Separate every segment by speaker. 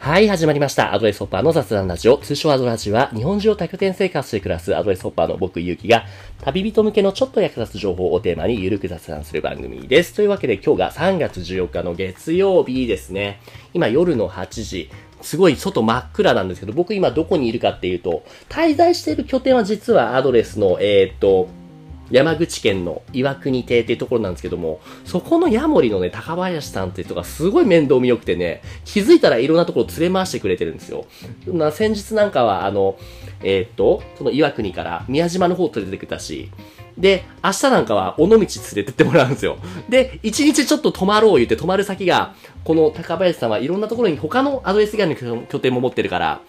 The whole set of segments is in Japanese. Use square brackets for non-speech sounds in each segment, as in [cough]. Speaker 1: はい、始まりました。アドレスホッパーの雑談ラジオ。通称アドラジは、日本中を多拠点生活して暮らすアドレスホッパーの僕、ゆうきが、旅人向けのちょっと役立つ情報をテーマにゆるく雑談する番組です。というわけで、今日が3月14日の月曜日ですね。今、夜の8時。すごい外真っ暗なんですけど、僕今どこにいるかっていうと、滞在している拠点は実はアドレスの、えーっと、山口県の岩国邸っていうところなんですけども、そこのヤモリのね、高林さんっていう人がすごい面倒見よくてね、気づいたらいろんなところ連れ回してくれてるんですよ。な先日なんかは、あの、えーっと、その岩国から宮島の方連れてくれたし、で、明日なんかは尾道連れてってもらうんですよ。で、一日ちょっと泊まろう言って泊まる先が、この高林さんはいろんなところに他のアドレス以外の拠拠点も持ってるから、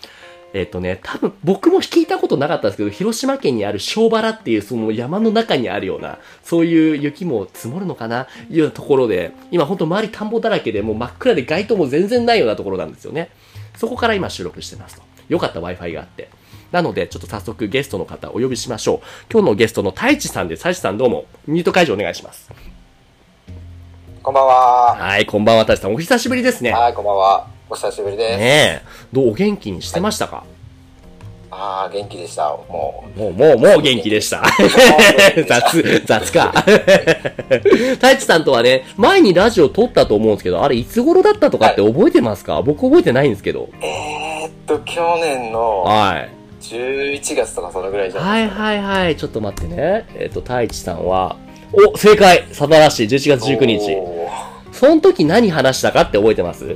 Speaker 1: えっとね、多分僕も聞いたことなかったんですけど、広島県にある小原っていうその山の中にあるような、そういう雪も積もるのかな、いうようなところで、今ほんと周り田んぼだらけで、もう真っ暗で街灯も全然ないようなところなんですよね。そこから今収録してますと。よかった Wi-Fi があって。なので、ちょっと早速ゲストの方お呼びしましょう。今日のゲストの太一さんです。太一さんどうも、ミュート解除お願いします。
Speaker 2: こんばんは。
Speaker 1: はい、こんばんは太一さん。お久しぶりですね。
Speaker 2: はい、こんばんは。お久しぶりです。
Speaker 1: ねえ。どうお元気にしてましたか、
Speaker 2: ああ、元気でした。もう。
Speaker 1: もう、もう、もう元気で [laughs] した。雑、雑か。 [laughs] 太一さんとはね、前にラジオ撮ったと思うんですけど、あれいつ頃だったとかって覚えてますか、僕覚えてないんですけど。
Speaker 2: えー、っと、去年の
Speaker 1: はい。
Speaker 2: 11月とかそのぐらいじゃん。
Speaker 1: はいはいはい。ちょっと待ってね。えっ、と、太一さんは、お、正解素晴らしい !11 月19日。
Speaker 2: おー。
Speaker 1: その時何話したかって覚えてます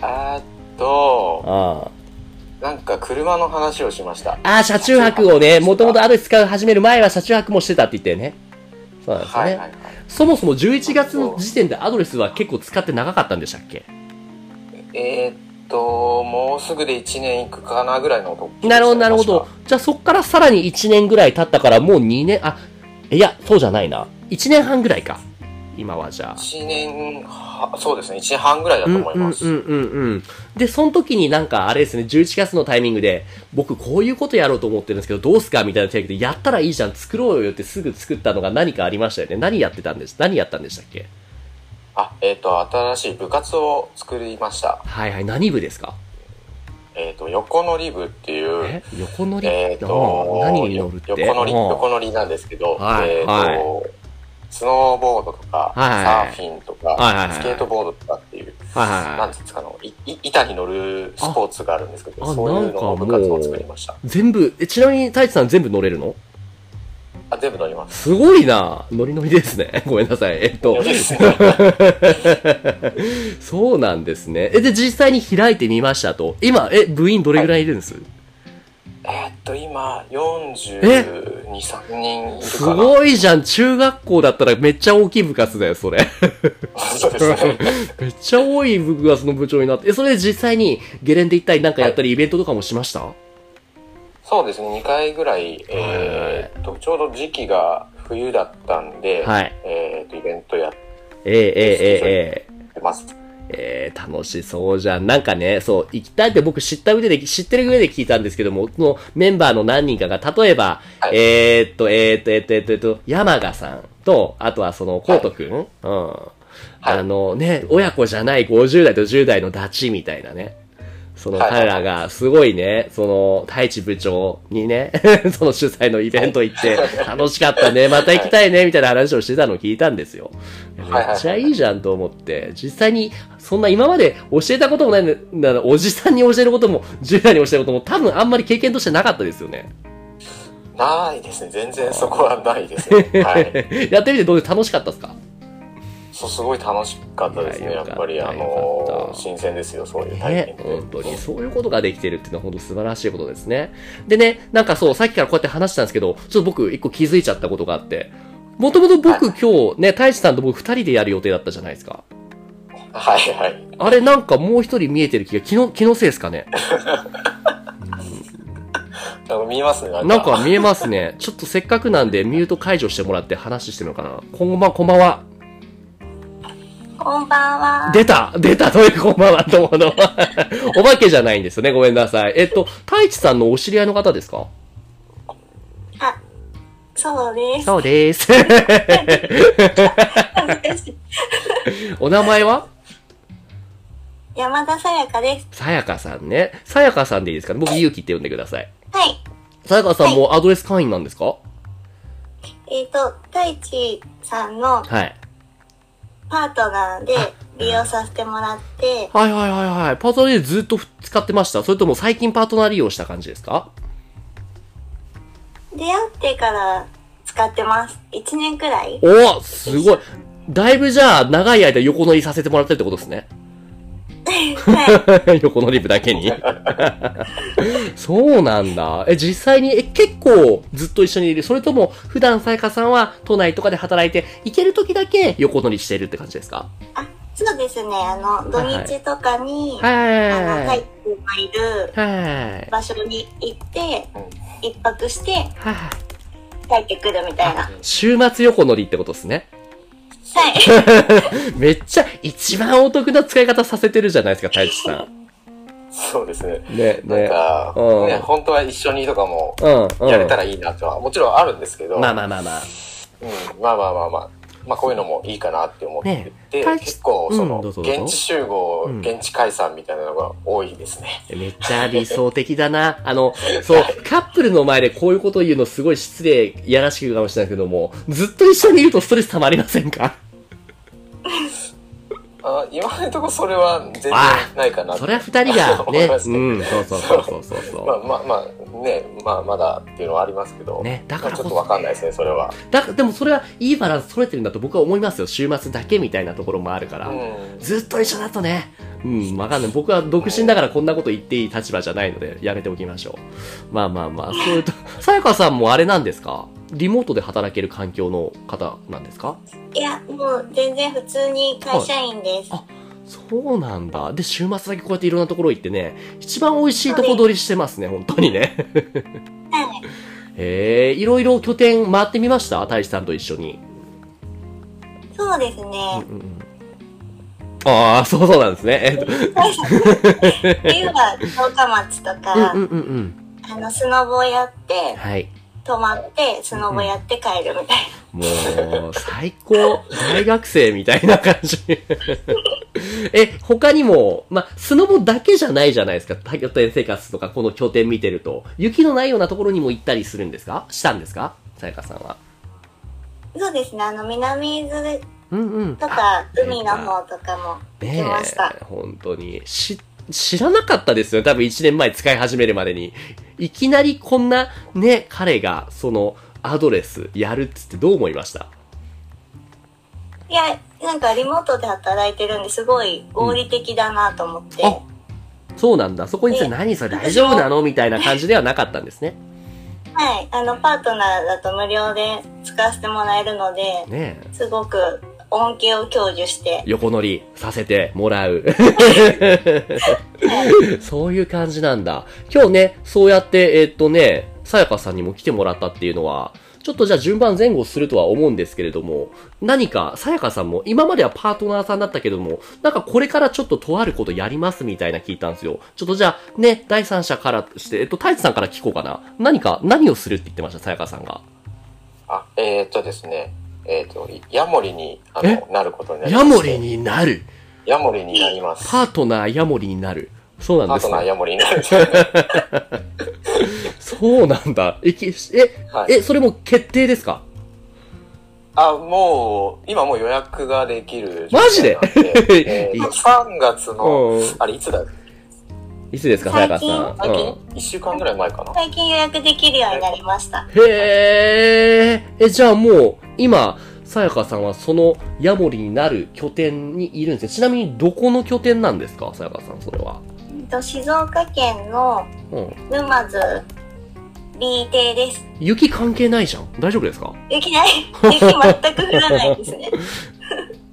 Speaker 2: あと、
Speaker 1: ああ。
Speaker 2: なんか車の話をしました。
Speaker 1: ああ、車中泊をね、もともとアドレス使う始める前は車中泊もしてたって言ってね。そうなんですよ
Speaker 2: は
Speaker 1: ね。
Speaker 2: いはいはい。
Speaker 1: そもそも11月の時点でアドレスは結構使って長かったんでしたっけ
Speaker 2: えー、っと、もうすぐで1年いくかなぐらいの時
Speaker 1: なるほど、なるほど。。じゃあそっからさらに1年ぐらい経ったからもう2年、あ、いや、そうじゃないな。1年半ぐらいか。今はじゃあ。
Speaker 2: 1年は、そうですね、1年半ぐらいだと思います。
Speaker 1: うんうんうんうんうん。で、その時になんかあれですね、11月のタイミングで、僕こういうことやろうと思ってるんですけど、どうすかみたいな手挙げて、やったらいいじゃん、作ろうよってすぐ作ったのが何かありましたよね。何やってたんです、何やったんでしたっけ
Speaker 2: あ、えー、っと、新しい部活を作りました。
Speaker 1: はいはい、何部ですか
Speaker 2: えー、っと、横乗り部っていう、
Speaker 1: え横乗り
Speaker 2: えー、
Speaker 1: うん
Speaker 2: と
Speaker 1: 何に乗るって
Speaker 2: 横乗り
Speaker 1: うん
Speaker 2: 横乗りなんですけど、
Speaker 1: はい
Speaker 2: えーと
Speaker 1: は
Speaker 2: スノーボードとか、
Speaker 1: はいはいはい
Speaker 2: サーフィンとか、
Speaker 1: はいはいはい
Speaker 2: スケートボードとかっていう、
Speaker 1: はいはいはい
Speaker 2: なんていうんですかあのいい板に乗るスポーツがあるんですけ
Speaker 1: ああ
Speaker 2: ど、そういうのを部活を作りました。
Speaker 1: 全部、えちなみに太一さん全部乗れるの
Speaker 2: あ全部乗ります。
Speaker 1: すごいなノリノリですね。 [laughs] ごめんなさい。えっと
Speaker 2: よ。ろしいですね
Speaker 1: [laughs] そうなんですね。え、で、実際に開いてみましたと。今、え、部員どれぐらいいるんです、
Speaker 2: えーっと、今、
Speaker 1: え
Speaker 2: 42、3人いる
Speaker 1: す
Speaker 2: かな。
Speaker 1: ごいじゃん。中学校だったらめっちゃ大きい部活だよ、そ
Speaker 2: [laughs]
Speaker 1: れ。
Speaker 2: そうですね。
Speaker 1: めっちゃ多い部活の部長になって。え、それで実際にゲレンデ行ったりなんかやったり、イベントとかもしました
Speaker 2: そうですね、2回ぐらい、えーっと、ちょうど時期が冬だったんで、
Speaker 1: はい
Speaker 2: えーっと、イベントやって
Speaker 1: えー、えー、えー、えー。
Speaker 2: ます。
Speaker 1: えー、楽しそうじゃん。なんかね、そう、行きたいって僕知った上で、知ってる上で聞いたんですけども、そのメンバーの何人かが、例えば、
Speaker 2: はい
Speaker 1: えーっと、えーっと、えーっと、えーっと、えーっと、山賀さんと、あとはその、コートくん、うん。あのね、親子じゃない50代と10代のダチみたいなね。その
Speaker 2: はい
Speaker 1: 彼らがすごいね、その、太一部長にね、 [laughs] その主催のイベント行
Speaker 2: [laughs]
Speaker 1: って、楽しかったね、また行きたいね、みたいな話をしてたのを聞いたんですよ。め
Speaker 2: は
Speaker 1: っ
Speaker 2: い
Speaker 1: ちゃいいじゃんと思って、実際に、そんな今まで教えたこともないんだなら、おじさんに教えることも、10代に教えることも、多分あんまり経験としてなかったですよね。 [laughs]
Speaker 2: ないですね。全然そこはないで
Speaker 1: [laughs]
Speaker 2: すね。はい。
Speaker 1: やってみてどうで楽しかったですか
Speaker 2: そう、すごい楽しかったです
Speaker 1: いや
Speaker 2: ね。
Speaker 1: よか
Speaker 2: やっ
Speaker 1: った
Speaker 2: ぱり、あ
Speaker 1: よかっ
Speaker 2: の
Speaker 1: た
Speaker 2: 新鮮ですよ、そういう体
Speaker 1: ね
Speaker 2: 験、
Speaker 1: 本当にそういうことができてるっていうのは本当素晴らしいことですね。でね、なんかそう、さっきからこうやって話したんですけど、ちょっと僕一個気づいちゃったことがあって、もともと僕今日ね、大志さんと僕二人でやる予定だったじゃないですか。
Speaker 2: はいはい。
Speaker 1: あれなんかもう一人見えてる気が、気の、気のせいですかね。
Speaker 2: なんか見えますね、なんか。
Speaker 1: [laughs] なんか見えますね。ちょっとせっかくなんでミュート解除してもらって話してみようかな。こんばん、こんばんは。
Speaker 3: こんばんは。
Speaker 1: 出た出たというこんばんは、 [laughs] どうもどうも。お化けじゃないんですよね。ごめんなさい。えっと、太一さんのお知り合いの方ですか
Speaker 3: あ、そう
Speaker 1: [laughs]
Speaker 3: です。
Speaker 1: そうです。
Speaker 3: 恥ずかしい
Speaker 1: お名前は
Speaker 3: 山田さやかです。
Speaker 1: さやかさんね。さやかさんでいいですかね僕、ゆうきって呼んでください。
Speaker 3: はい。
Speaker 1: さやかさんもアドレス会員なんですか
Speaker 3: えっ、と、太一さんの
Speaker 1: はい。
Speaker 3: パートナーで利用させてもらって、
Speaker 1: はいはいはいはい。パートナーでずっと使ってましたそれとも最近パートナー利用した感じですか
Speaker 3: 出会ってから使ってます。1年
Speaker 1: [laughs]
Speaker 3: くらい
Speaker 1: おーすごい。だいぶじゃあ、長い間横乗りさせてもらってるってことですね。
Speaker 3: はい。
Speaker 1: [laughs] 横乗り部だけに。そうなんだ。え、実際に、え、結構ずっと一緒にいる。それとも、普段さやかさんは都内とかで働いて、行ける時だけ横乗りしてるって感じですか
Speaker 3: あ、そうですね。あの、土日とかに、
Speaker 1: はいはい
Speaker 3: あ
Speaker 1: はい
Speaker 3: の、
Speaker 1: は
Speaker 3: 太
Speaker 1: い。
Speaker 3: 一がいる
Speaker 1: はい。
Speaker 3: 場所に行って、一泊して
Speaker 1: はい。
Speaker 3: 帰ってくるみたいな。はい。
Speaker 1: 週末横乗りってことですね。めっちゃ一番お得な使い方させてるじゃないですか、太一さ
Speaker 2: そうですね。
Speaker 1: ん。ね、
Speaker 2: なん
Speaker 1: ね。
Speaker 2: か、
Speaker 1: うん
Speaker 2: ね、本当は一緒にとかも
Speaker 1: うん、うん。
Speaker 2: やれたらいいなとは、もちろんあるんですけど、
Speaker 1: まあまあまあまあ。
Speaker 2: うん、まあまあまあまあ、まあこういうのもいいかなって思ってて、
Speaker 1: ね
Speaker 2: 結構その、
Speaker 1: うんどうぞどうぞ
Speaker 2: 現地集合、
Speaker 1: うん
Speaker 2: 現地解散みたいなのが多いですね。
Speaker 1: めっちゃ理想的だな。あの、そう、カップルの前でこういうことを言うのすごい失礼、いやらしく言うかもしれないけども、ずっと一緒にいるとストレス溜まりませんか
Speaker 2: あ今のところそれは全然
Speaker 1: あ
Speaker 2: ないかな
Speaker 1: それは二人が
Speaker 2: [laughs] 思
Speaker 1: ね、
Speaker 2: いますね
Speaker 1: うん、そうそうそうそうそうそう。
Speaker 2: まあまあまあね、まあまだっていうのはありますけど、
Speaker 1: ねだから
Speaker 2: まあ
Speaker 1: こ
Speaker 2: ち
Speaker 1: そ
Speaker 2: ょっとわかんないですね、それは。
Speaker 1: だでもそれはいいバランス取れてるんだと僕は思いますよ。週末だけみたいなところもあるから。
Speaker 2: うん
Speaker 1: ずっと一緒だとね。うん、わかんない。僕は独身だからこんなこと言っていい立場じゃないので、やめておきましょう。まあまあまあ、そういうと、さやかさんもあれなんですかリモートで働ける環境の方なんですか
Speaker 3: いや、もう全然普通に会社員です。
Speaker 1: あそうなんだ。で、週末だけこうやっていろんなところ行ってね、一番美味しいとこ取りしてますね、本当に [laughs] ね。
Speaker 3: はい。
Speaker 1: へえ、いろいろ拠点回ってみました大志さんと一緒に。
Speaker 3: そうですね。
Speaker 1: うんうんああ、そうそうなんですね。えっと、
Speaker 3: 冬は城下町とか、
Speaker 1: うんうんうんうん。
Speaker 3: あの、スノボやって、
Speaker 1: はい。
Speaker 3: 泊まって、スノボやって帰るみたい
Speaker 1: もう、最高。大学生みたいな感じ。 [laughs] え、他にも、まあ、スノボだけじゃないじゃないですか。拠点生活とか、この拠点見てると。雪のないようなところにも行ったりするんですかしたんですかさやかさんは。
Speaker 3: な。そうですね。あの、南伊豆
Speaker 1: うんうん。
Speaker 3: とか、海の方とかも
Speaker 1: ね
Speaker 3: 来ました。
Speaker 1: え、本当に。し、知らなかったですよ。多分1年前使い始めるまでに。いきなりこんな、ね、彼が、その、アドレスやるっつってどう思いました
Speaker 3: いや、なんかリモートで働いてるんですごい合理的だなと思って。
Speaker 1: あそうなんだ。そこについて
Speaker 3: ね
Speaker 1: 何それ大丈夫なのみたいな感じではなかったんですね。
Speaker 3: はい。あの、パートナーだと無料で使わせてもらえるので、
Speaker 1: ねえ。
Speaker 3: すごく恩恵を享受して、
Speaker 1: 横乗りさせてもら [laughs] う。そういう感じなんだ。今日ね、そうやって、えーっとね、さやかさんにも来てもらったっていうのは、ちょっとじゃあ順番前後するとは思うんですけれども、何かさやかさんも、今まではパートナーさんだったけども、なんかこれからちょっととあることやりますみたいな聞いたんですよ。ちょっとじゃあね、第三者からして、えっと、太一さんから聞こうかな。何か、何をするって言ってました、さやかさんが。
Speaker 2: あ、えー、っとですね、えーっと、いヤモリにあ
Speaker 1: え
Speaker 2: のなることになりま
Speaker 1: ヤ
Speaker 2: す、
Speaker 1: モリになる
Speaker 2: ヤモリになります。
Speaker 1: パートナーヤモリになる。そうなん
Speaker 2: パ
Speaker 1: で
Speaker 2: ー
Speaker 1: す
Speaker 2: トナー
Speaker 1: ね。
Speaker 2: ヤモリになるんですよね。
Speaker 1: そうなんだ。え、きえ、
Speaker 2: は
Speaker 1: [laughs]
Speaker 2: い
Speaker 1: え、それも決定ですか
Speaker 2: あ、もう、今もう予約ができる
Speaker 1: マジで
Speaker 2: 状態なんえ
Speaker 1: [laughs]
Speaker 2: ー
Speaker 1: いい
Speaker 2: 3月の、
Speaker 1: うん
Speaker 2: あれいつだ
Speaker 1: いつですか、早
Speaker 3: 最
Speaker 1: 川
Speaker 3: 近
Speaker 1: さん。
Speaker 2: 最
Speaker 1: う
Speaker 2: 近
Speaker 1: ん、
Speaker 2: 1週間ぐらい前かな。
Speaker 3: 最近予約できるようになりました。
Speaker 1: へえ。え、じゃあもう、今、さやかさんはそのヤモリになる拠点にいるんですね。ちなみにどこの拠点なんですか、さやかさん、それは。
Speaker 3: えっと静岡県の
Speaker 1: うん。
Speaker 3: 沼津 B 邸です。
Speaker 1: 雪関係ないじゃん。大丈夫ですか
Speaker 3: 雪ない、
Speaker 1: [laughs]
Speaker 3: 雪全く降らないですね。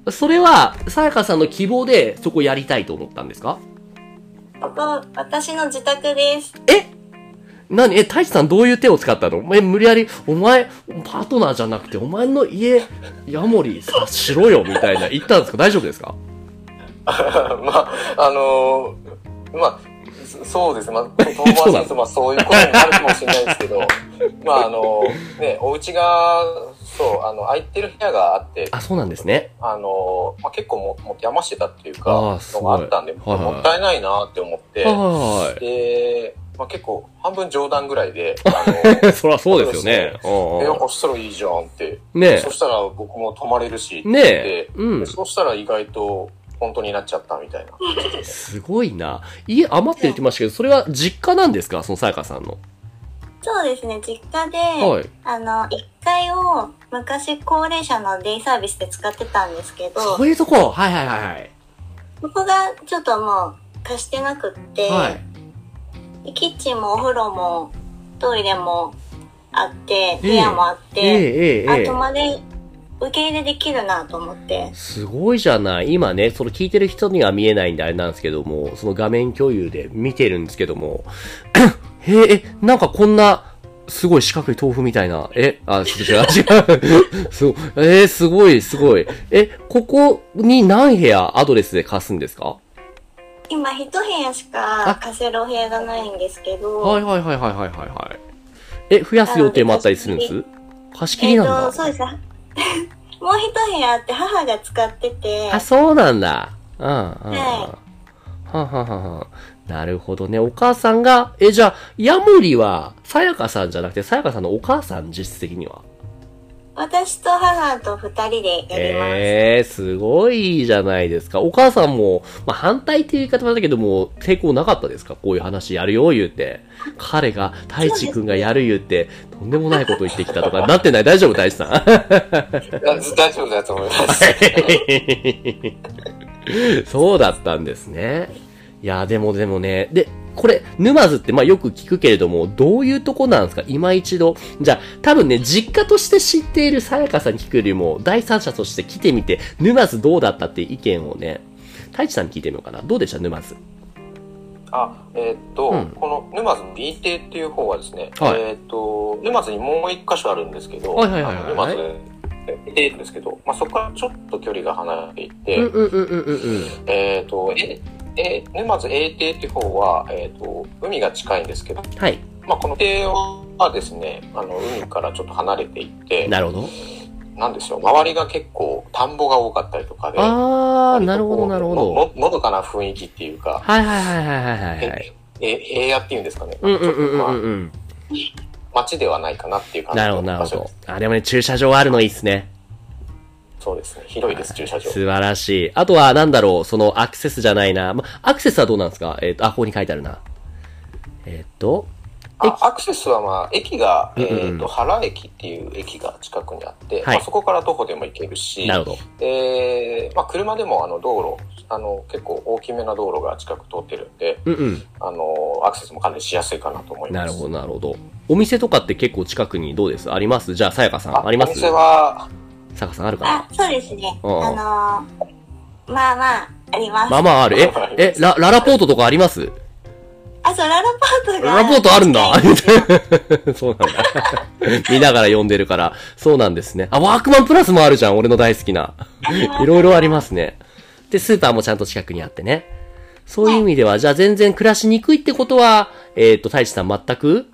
Speaker 1: それは、さやかさんの希望でそこやりたいと思ったんですか
Speaker 3: ここ、私の自宅です。
Speaker 1: 何え、太一さんどういう手を使ったのえ、無理やり、お前、パートナーじゃなくて、お前の家、ヤモリさ、しろよ、みたいな、言ったんですか大丈夫ですか
Speaker 2: [laughs] まあ、あのーまあ、そそうですね。ま
Speaker 1: [laughs]
Speaker 2: あ、遠回
Speaker 1: そう
Speaker 2: し
Speaker 1: なの [laughs]
Speaker 2: にするとまあ、そういうこともあるかもしれないですけど、まあ、あのーね、お家が、そう、あの、空いてる部屋があって、
Speaker 1: あ、そうなんですね。
Speaker 2: あの、まあ、結構も持て余してたっていうか、
Speaker 1: あーす
Speaker 2: の
Speaker 1: ごい
Speaker 2: があったんで、
Speaker 1: はいはい
Speaker 2: もったいないなって思って、
Speaker 1: は
Speaker 2: で、まあ、結構半分冗談ぐら
Speaker 1: [laughs]
Speaker 2: いで、あ
Speaker 1: [laughs]
Speaker 2: の、
Speaker 1: い。そらそうですよね。
Speaker 2: え、なん
Speaker 1: う
Speaker 2: かしたらいいじゃんって。
Speaker 1: んね
Speaker 2: そしたら僕も泊まれるしって
Speaker 1: え。
Speaker 2: 言
Speaker 1: ね
Speaker 2: って
Speaker 1: え。、うん
Speaker 2: で。そしたら意外と本当になっちゃったみた
Speaker 1: [laughs]
Speaker 2: いな。
Speaker 1: すごいな。家余ってるって言ってましたけど、それは実家なんですかそのさやかさんの。
Speaker 3: そうですね、実家で、
Speaker 1: はい。
Speaker 3: あの、1階を昔高齢者のデイサービスで使ってたんですけど、
Speaker 1: そういうとこはいはいはいはい。
Speaker 3: ここがちょっともう貸してなくって、
Speaker 1: はい。
Speaker 3: でキッチンもお風呂もトイレもあっ
Speaker 1: え
Speaker 3: て、部屋もあっ
Speaker 1: ええ
Speaker 3: て、
Speaker 1: ええ
Speaker 3: あ
Speaker 1: え
Speaker 3: とまで受け入れできるなと思って。
Speaker 1: すごいじゃない。今ね、その聞いてる人には見えないんであれなんですけども、その画面共有で見てるんですけども、 [coughs] へえ、えなんかこんな、すごい四角い豆腐みたいな、え、あ、ちょっと違う、違う。 [laughs] そう、えー、すごい、すごい。え、ここに何部屋アドレスで貸すんですか
Speaker 3: 今一部屋しか貸せるお部屋がないんですけど、
Speaker 1: はいはいはいはいはいはいはい。え、増やす予定もあったりするんです貸し切り
Speaker 3: えっ、
Speaker 1: なんだ。
Speaker 3: と、そうです [laughs] ね。もう一部屋あって母が使ってて、
Speaker 1: あ、そうなんだ。うん、うん。うん
Speaker 3: は
Speaker 1: はんはんはんはんなるほどね。お母さんが、え、じゃあ、ヤムリは、さやかさんじゃなくて、さやかさんのお母さん、実質的には。
Speaker 3: 私と母と二人でやります。
Speaker 1: えー、すごいじゃないですか。お母さんも、まあ、反対っていう言い方もあったけども、抵抗なかったですかこういう話やるよ、言うて。彼が、太一くんがやる言うて、とんでもないこと言ってきたとか、なってない大丈夫、太一さん。
Speaker 2: あ大丈夫だと思います。
Speaker 1: [laughs] そうだったんですね。いや、でもでもね、で、これ、沼津ってまあよく聞くけれども、どういうとこなんですか今一度。じゃあ、多分ね、実家として知っているさやかさんに聞くよりも、第三者として来てみて、沼津どうだったって意見をね、太一さんに聞いてみようかな。どうでした沼津。
Speaker 2: あ、えーっと、
Speaker 1: うん
Speaker 2: この沼津の B 邸っていう方はですね、
Speaker 1: はい
Speaker 2: えーっと、沼津にもう一箇所あるんですけど、
Speaker 1: はいはいはいはい
Speaker 2: あの沼津で B 邸ですけど、まあ、そこからちょっと距離が離れていて、
Speaker 1: うんうんうんうんうんうん。
Speaker 2: えーっと、え、え、沼津 A 邸っていう方は、えーっと、海が近いんですけど、
Speaker 1: はい。
Speaker 2: まあ、この邸はですね、あの、海からちょっと離れていて、
Speaker 1: なるほど。
Speaker 2: なんでしょう、周りが結構田んぼが多かったりとかで、
Speaker 1: あー、なるほどなるほど。
Speaker 2: のののどかな雰囲気っていうか、
Speaker 1: はいはいはいはいはいはいはい。
Speaker 2: え平野っていうんですかね。
Speaker 1: うんうんうんうんうん。
Speaker 2: 街ではないかなっていう感じ
Speaker 1: なる
Speaker 2: の
Speaker 1: ほど、なる
Speaker 2: 場
Speaker 1: ほ
Speaker 2: 所で
Speaker 1: ど
Speaker 2: す。。
Speaker 1: あ、でもね、駐車場あるのいいっすね。
Speaker 2: そうですね。広いです、駐車場。
Speaker 1: 素晴らしい。あとは、なんだろう、そのアクセスじゃないな。ま、アクセスはどうなんですかえっ、と、あ、ここに書いてあるな。えっ、と、
Speaker 2: あアクセスは、まあ、駅が、
Speaker 1: うんうん
Speaker 2: えっと、原駅っていう駅が近くにあって、
Speaker 1: はい
Speaker 2: まあ、そこから徒歩でも行けるし、
Speaker 1: なるほど。
Speaker 2: えーまあ、車でも、あの、道路、あの、結構大きめな道路が近く通ってるんで、
Speaker 1: うんうん。
Speaker 2: あの、アクセスもかなりしやすいかなと思いま
Speaker 1: な
Speaker 2: す。
Speaker 1: るほど、なるほど。お店とかって結構近くにどうですありますじゃあ、さやかさん、ありま
Speaker 2: お
Speaker 1: す
Speaker 2: 店
Speaker 1: さ
Speaker 2: は、
Speaker 1: やかさんあるかな
Speaker 3: あ、そうですね。あ
Speaker 1: うんうん
Speaker 3: のーまあまあ、あります。
Speaker 1: まあまあある。え、え、ラ、ララポートとかあります
Speaker 3: あ、そう、ララポートが。
Speaker 1: ラポートあるん
Speaker 3: [laughs]
Speaker 1: だ [laughs] そうなんだ。見ながら読んでるから。そうなんですね。あ、ワークマンプラスもあるじゃん。俺の大好きな。 [laughs] いろいろありますね。で、スーパーもちゃんと近くにあってね。そういう意味では、じゃあ全然暮らしにくいってことは、えっ、と、太一さん全く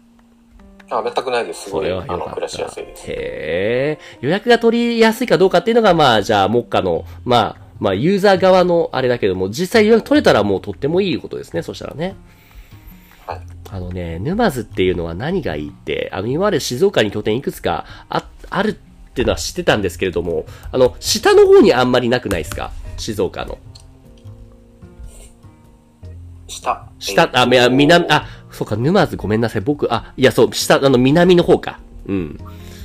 Speaker 2: あ全くないです。す
Speaker 1: そ
Speaker 2: ごい、
Speaker 1: れ
Speaker 2: あ
Speaker 1: はよ
Speaker 2: の、
Speaker 1: か
Speaker 2: 暮らし
Speaker 1: っ
Speaker 2: やす
Speaker 1: た。
Speaker 2: い
Speaker 1: へ
Speaker 2: です。
Speaker 1: え。予約が取りやすいかどうかっていうのが、まあ、じゃあ、目下の、まあ、まあ、ユーザー側のあれだけども、実際予約取れたらもうとってもいいことですね。そしたらね。
Speaker 2: はい。
Speaker 1: あのね、沼津っていうのは何がいいって、あの、今まで静岡に拠点いくつかあ、あるっていうのは知ってたんですけれども、あの、下の方にあんまりなくないですか静岡の。
Speaker 2: 下。
Speaker 1: 下、あ、めあ南、あ、そうか、沼津ごめんなさい。僕、あ、いや、そう、下、あの、南の方か。うん。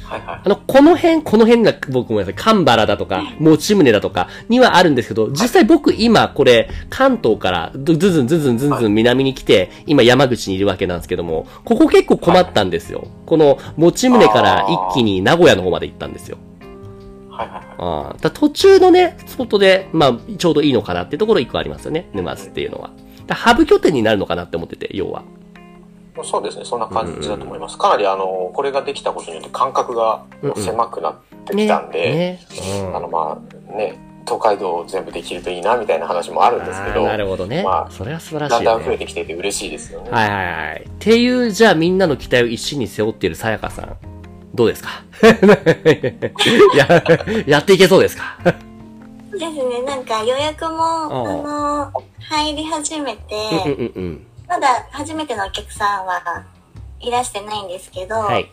Speaker 2: はいはい。
Speaker 1: あの、この辺、この辺が、僕ごめんなさい。神原だとか、持ち宗だとかにはあるんですけど、実際僕今、これ、関東から、ずずずんずずんずんずん南に来て、今山口にいるわけなんですけども、ここ結構困ったんですよ。この、持ち宗から一気に名古屋の方まで行ったんですよ。
Speaker 2: はいはいはい。
Speaker 1: ああ、だ途中のね、スポットで、まあ、ちょうどいいのかなってところ一個ありますよね。沼津っていうのは。だハブ拠点になるのかなって思ってて、要は。
Speaker 2: そうですね、そんな感じだと思います。かなりあの、これができたことによって感覚が
Speaker 1: うんうん
Speaker 2: 狭くなってきたんで、
Speaker 1: ね。ねうん
Speaker 2: あのまあね、東海道を全部できるといいなみたいな話もあるんですけ
Speaker 1: あ
Speaker 2: ど、
Speaker 1: ーなるほどね。
Speaker 2: まあ
Speaker 1: それは素晴らし
Speaker 2: だ
Speaker 1: い
Speaker 2: んだ
Speaker 1: よ
Speaker 2: ん増え
Speaker 1: ね。
Speaker 2: てきていて嬉しいですよね。
Speaker 1: はいはいはい。っていう、じゃあみんなの期待を一心に背負っているさやかさん。どうですか [laughs] や、やっていけそうですか
Speaker 3: そうですね、なんか予約も、あの、入り始め
Speaker 1: うんうん
Speaker 3: て、
Speaker 1: うんうん。
Speaker 3: まだ初めてのお客さんはいらしてないんですけど、
Speaker 1: はい。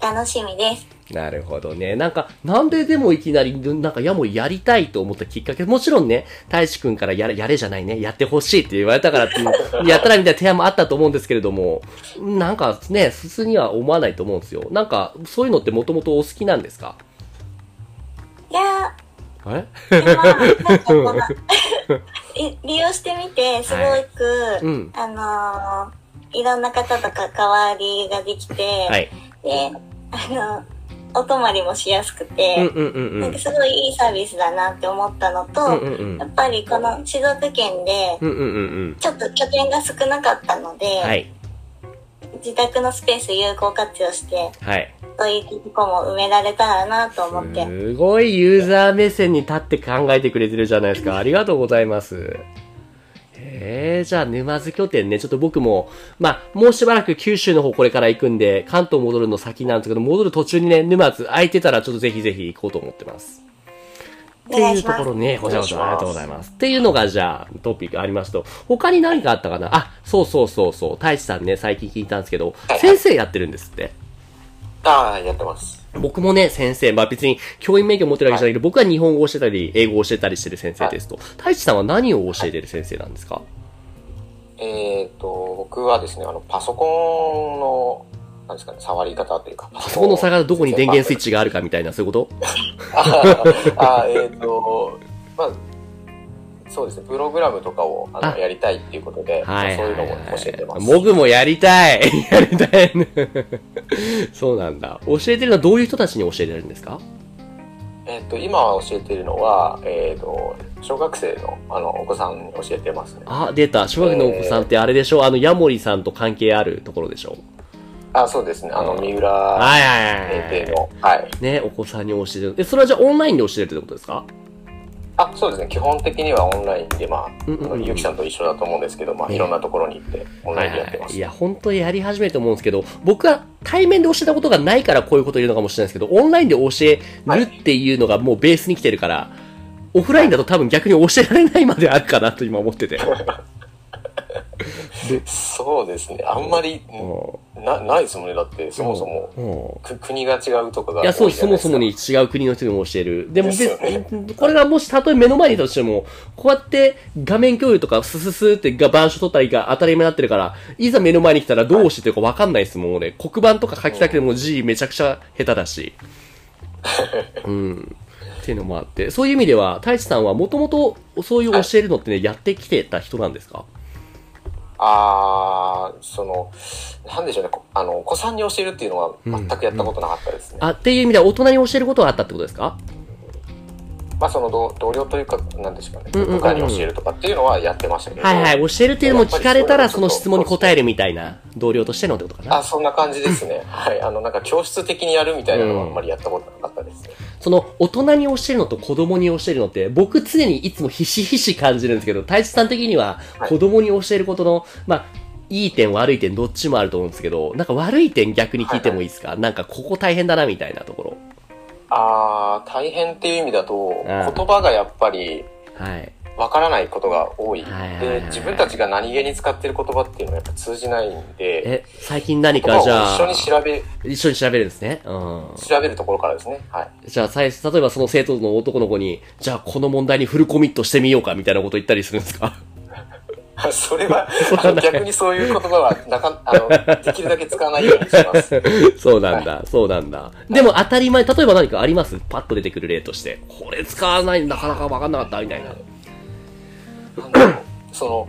Speaker 3: 楽しみです。
Speaker 1: なるほどね。なんか、なんででもいきなり、なんか、やもやりたいと思ったきっかけ、もちろんね、大志くんからやれ、やれじゃないね、やってほしいって言われたからって [laughs] いう、やったらみたいな提案もあったと思うんですけれども、なんかね、普通には思わないと思うんですよ。なんか、そういうのってもともとお好きなんですか
Speaker 3: いや
Speaker 1: え [laughs]
Speaker 3: ー、でも、なんかこの [laughs] い利用してみて、すごく、
Speaker 1: うん。
Speaker 3: あのーいろんな方と関わりができて、
Speaker 1: はい。
Speaker 3: で、あの、お泊まりもしやすく
Speaker 1: うん
Speaker 3: て、
Speaker 1: うんうんう
Speaker 3: なん
Speaker 1: ん
Speaker 3: か。すごいいいサービスだなって思ったのと、
Speaker 1: うんうんうん
Speaker 3: や。っぱりこの静岡県で、
Speaker 1: うんうんうんうん。
Speaker 3: ちょっと拠点が少なかったので、
Speaker 1: はい。
Speaker 3: 自宅のスペース有効活用して、
Speaker 1: はい。
Speaker 3: そういうとこも埋められたらなと思って、
Speaker 1: すごいユーザー目線に立って考えてくれてるじゃないですか。ありがとうございます。えー、じゃあ沼津拠点ね、ちょっと僕も、まあ、もうしばらく九州の方これから行くんで、関東戻るの先なんですけど、戻る途中にね、沼津空いてたらちょっとぜひぜひ行こうと思ってます。っ
Speaker 3: お
Speaker 1: て
Speaker 3: 願い
Speaker 1: いう
Speaker 3: し
Speaker 1: と
Speaker 3: ま
Speaker 1: こ
Speaker 3: す。
Speaker 1: ろね、こちらこそあ
Speaker 2: お願い
Speaker 1: りが
Speaker 2: します
Speaker 1: とうございます。っていうのが、じゃあ、トピックありますと、他に何かあったかなあ、そうそうそうそう、太一さんね、最近聞いたんですけど
Speaker 2: は、い
Speaker 1: 先生やってるんですって。
Speaker 2: ああ、やってます。
Speaker 1: 僕もね、先生、まあ別に教員免許持ってるわけじゃないけど、僕は日本語を教えたり、英語を教えたりしてる先生ですと。太一さんは何を教えてる先生なんですか
Speaker 2: えっ、と、僕はですね、あの、パソコンの、なんですかね、触り方というか。パ
Speaker 1: パソコンの差がどこに電源スイッチがあるかみたいな、そういうこ
Speaker 2: あ [laughs] あ、えっ、と、まあ、そうですね、プログラムとかをあの
Speaker 1: あ
Speaker 2: やりたいっていうことで、
Speaker 1: とはい。
Speaker 2: そういうのも
Speaker 1: はは
Speaker 2: 教えてます。
Speaker 1: 僕もやりたい [laughs] やりたい [laughs] そうなんだ。教えてるのはどういう人たちに教えてるんですか
Speaker 2: えっ、と、今教えているのは、えっ、と、小学生のあのお子さんに教えてますね。
Speaker 1: あ、出た。小学のお子さんってあれでしょあの、ヤモリさんと関係あるところでしょ
Speaker 2: あ、そうですね、あの、三
Speaker 1: は
Speaker 2: 浦
Speaker 1: いはい
Speaker 2: 平
Speaker 1: はいは
Speaker 2: 平の、はい。
Speaker 1: い。ね、お子さんに教えてる。え、それはじゃあオンラインで教えてるってことですか
Speaker 2: あ、そうですね、基本的にはオンラインで、まあ、
Speaker 1: うんうんうん
Speaker 2: あのゆきさんと一緒だと思うんですけど、まあ、
Speaker 1: ね
Speaker 2: いろんなところに行って、オンラインでやってます。
Speaker 1: いや、本当にやり始めて思うんですけど、僕は対面で教えたことがないからこういうこと言うのかもしれないですけど、オンラインで教えるっていうのがもうベースに来てるから、オフラインだと多分逆に教えられないまであるかなと今思ってて。
Speaker 2: そうですね、あんまり、
Speaker 1: う
Speaker 2: なないですもんね、だって、そもそも、
Speaker 1: も。
Speaker 2: く国が違うとかが
Speaker 1: いや、そう、
Speaker 2: 多じゃ
Speaker 1: そ
Speaker 2: な
Speaker 1: も
Speaker 2: いです
Speaker 1: そ
Speaker 2: か
Speaker 1: もに違う国の人にも教える。でも、
Speaker 2: ですよね
Speaker 1: 別これがもしたとえ目の前にいたとしても、こうやって画面共有とかスススってが板書取ったりが当たり前になってるから、いざ目の前に来たらどう教えてるかわかんないですもん、俺。黒板とか書きたくても字めちゃくちゃ下手だ [laughs] し。うん。っていうのもあって。そういう意味では、太一さんはもともとそういう教えるのってね、やってきてた人なんですか
Speaker 2: あーそのなんでしょうねこあのお子さんに教えるっていうのは全くやったことなかったですね、
Speaker 1: あ、っていう意味では大人に教えることはあったってことですか
Speaker 2: まあその同同僚というかなんでしょうかね
Speaker 1: うんうんうん
Speaker 2: 部下に教えるとかっていうのはやってましたけど、
Speaker 1: はいはい、教えるっていうのも聞かれたら、その質問に答えるみたいな、同僚としてのってことかな
Speaker 2: あ。そんな感じですねはいあのなんか教室的にやるみたいなのはあんまりやったことなかったですね、
Speaker 1: その、大人に教えるのと子供に教えるのって、僕常にいつもひしひし感じるんですけど、太一さん的には、
Speaker 2: はい
Speaker 1: 子供に教えることの、まあ、いい点悪い点どっちもあると思うんですけど、なんか悪い点逆に聞いてもいいですか、なんかここ大変だなみたいなところ。
Speaker 2: あー大変っていう意味だと、言葉がやっぱり
Speaker 1: はい。
Speaker 2: わからないことが多い,、
Speaker 1: はいはいはい
Speaker 2: で自分たちが何気に使ってる言葉っていうのはやっぱ通じないんで
Speaker 1: え、最近何
Speaker 2: 言
Speaker 1: か
Speaker 2: 葉を
Speaker 1: じゃあ、
Speaker 2: 一緒に調べ
Speaker 1: 一緒に調べるんですね。うん。
Speaker 2: 調べるところからですねはい [laughs]
Speaker 1: じゃあ、最例えばその生徒の男の子に、じゃあこの問題にフルコミットしてみようかみたいなこと言ったりするんですか
Speaker 2: あそれは
Speaker 1: そうなんだ
Speaker 2: 逆にそういう言葉はなかあのできるだけ使わないようにします。
Speaker 1: [laughs] そうなんだ、そうなんだ。でも当たり前、例えば何かありますパッと出てくる例として。これ使わない、なかなかわかんなかったみたいな。
Speaker 2: あのその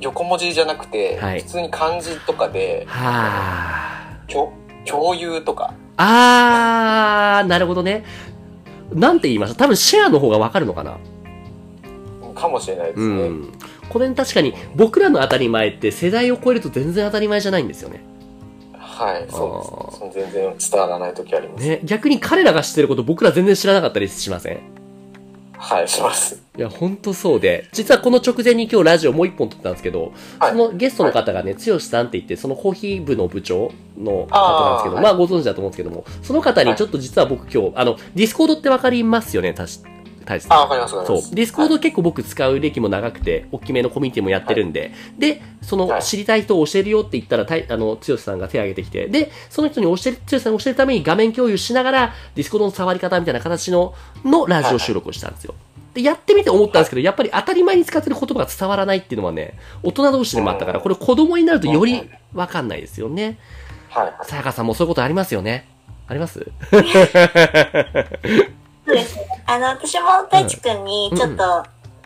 Speaker 2: 横文字じゃなくて、
Speaker 1: はい
Speaker 2: 普通に漢字とかで
Speaker 1: は
Speaker 2: 共共有とか
Speaker 1: あ。あー、なるほどね。なんて言いました多分シェアの方がわかるのかな
Speaker 2: かもしれないです
Speaker 1: う
Speaker 2: ね。
Speaker 1: ん。これ確かに僕らの当たり前って世代を超えると全然当たり前じゃないんですよね。
Speaker 2: はい、
Speaker 1: あー
Speaker 2: そうです、その全然伝わらない時あります。
Speaker 1: ね、逆に彼らが知ってること僕ら全然知らなかったりしません
Speaker 2: はい、します。
Speaker 1: いや、ほんとそうで、実はこの直前に今日ラジオもう一本撮ったんですけど、
Speaker 2: はい
Speaker 1: そのゲストの方がね、剛さんって言って、そのコーヒー部の部長の方なんですけど、
Speaker 2: あー
Speaker 1: まあご存知だと思うんですけども、その方にちょっと実は僕今日、あの、ディスコードってわかりますよね、たし、大志さん
Speaker 2: あ、わかります、わかり
Speaker 1: そ
Speaker 2: ま
Speaker 1: う
Speaker 2: す。。
Speaker 1: ディスコード結構僕使う歴も長くて、大きめのコミュニティもやってるんで、で、その
Speaker 2: はい
Speaker 1: 知りたい人を教えるよって言ったら、たいあの、剛さんが手を挙げてきて、で、その人に教える、剛さんに教えるために画面共有しながら、ディスコードの触り方みたいな形の、のラジオ収録をしたんですよ。で、やってみて思ったんですけど、やっぱり当たり前に使ってる言葉が伝わらないっていうのはね、大人同士でもあったから、これ子供になるとよりわかんないですよね。 [laughs]
Speaker 2: はい。
Speaker 1: さやかさんもそういうことありますよね。あります [laughs]
Speaker 3: そうですね。あの、私も大地くんにちょっと、